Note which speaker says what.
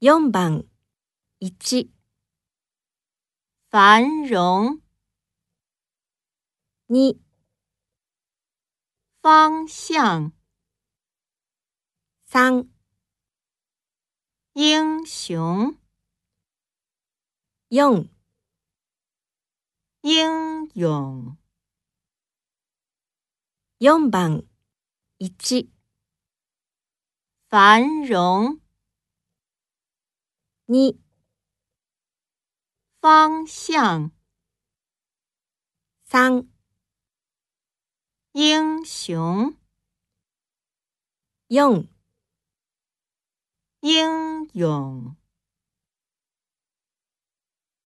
Speaker 1: 4番1
Speaker 2: 繁荣、
Speaker 1: 2
Speaker 2: 方向、
Speaker 1: 3
Speaker 2: 英雄、
Speaker 1: 4
Speaker 2: 英勇、
Speaker 1: 4番1
Speaker 2: 繁荣、
Speaker 1: 2
Speaker 2: 方向、
Speaker 1: 3
Speaker 2: 英雄、
Speaker 1: 4
Speaker 2: 英勇。